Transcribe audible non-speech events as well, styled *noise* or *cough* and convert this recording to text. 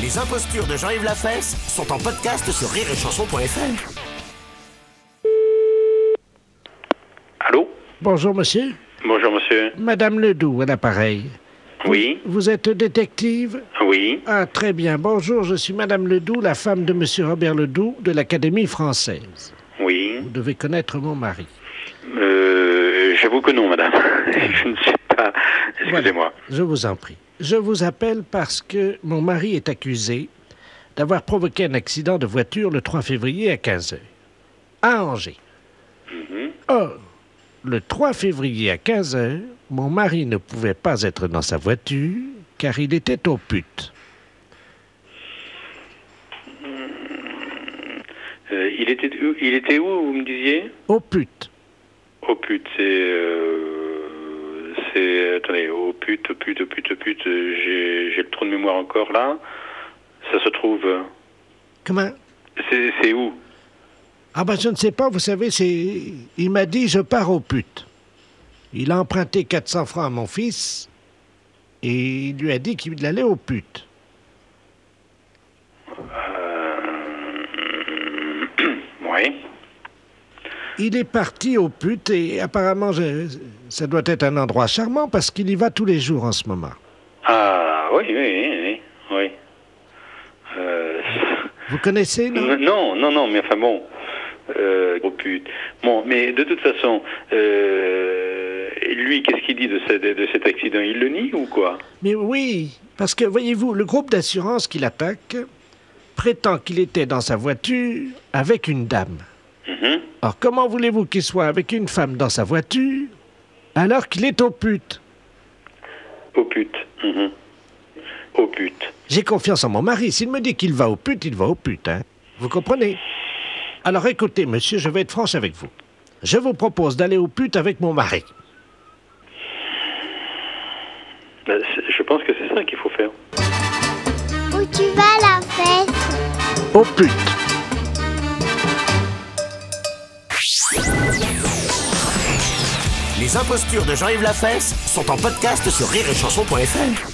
Les impostures de Jean-Yves Lafesse sont en podcast sur rireetchanson.fr. Allô Bonjour, monsieur. Bonjour, monsieur. Madame Ledoux à l'appareil. Oui, Vous êtes détective oui, Ah, très bien. Bonjour, je suis Madame Ledoux, la femme de monsieur Robert Ledoux de l'Académie française. oui. Vous devez connaître mon mari. Euh, J'avoue que non, madame. *laughs* Je ne sais pas. Excusez-moi. Je vous en prie. Je vous appelle parce que mon mari est accusé d'avoir provoqué un accident de voiture le 3 février à 15h, à Angers. Or, le 3 février à 15h, mon mari ne pouvait pas être dans sa voiture car il était au pute. Euh, il, était, où- il était où, vous me disiez Au pute. Oh pute, c'est... euh, c'est... Attendez, oh pute, oh pute, oh pute, oh pute. euh, J'ai j'ai le trou de mémoire encore, là. Ça se trouve... euh, Comment C'est c'est où Ah ben je ne sais pas, vous savez, c'est. Il m'a dit je pars au pute. Il a emprunté 400 francs à mon fils et il lui a dit qu'il allait au pute. Euh, *clears throat* Oui. Il est parti au pute et apparemment je- ça doit être un endroit charmant parce qu'il y va tous les jours en ce moment. Ah, oui, oui, oui, oui. oui. Euh... Vous connaissez, non N- Non, non, non, mais enfin bon. Euh, gros pute. Bon, mais de toute façon, euh, lui, qu'est-ce qu'il dit de, ce- de- de cet accident Il le nie ou quoi Mais oui, parce que voyez-vous, le groupe d'assurance qui l'attaque prétend qu'il était dans sa voiture avec une dame. Mhm. Or, comment voulez-vous qu'il soit avec une femme dans sa voiture alors qu'il est au pute Au pute. Mhm. Au pute. J'ai confiance en mon mari. S'il me dit qu'il va au pute, il va au pute, hein. Vous comprenez Alors écoutez, monsieur, je vais être franche avec vous. Je vous propose d'aller au pute avec mon mari. Ben, c'est- je pense que c'est ça qu'il faut faire. Où tu vas la fête Au pute Les impostures de Jean-Yves Lafesse sont en podcast sur rireetchanson.fr.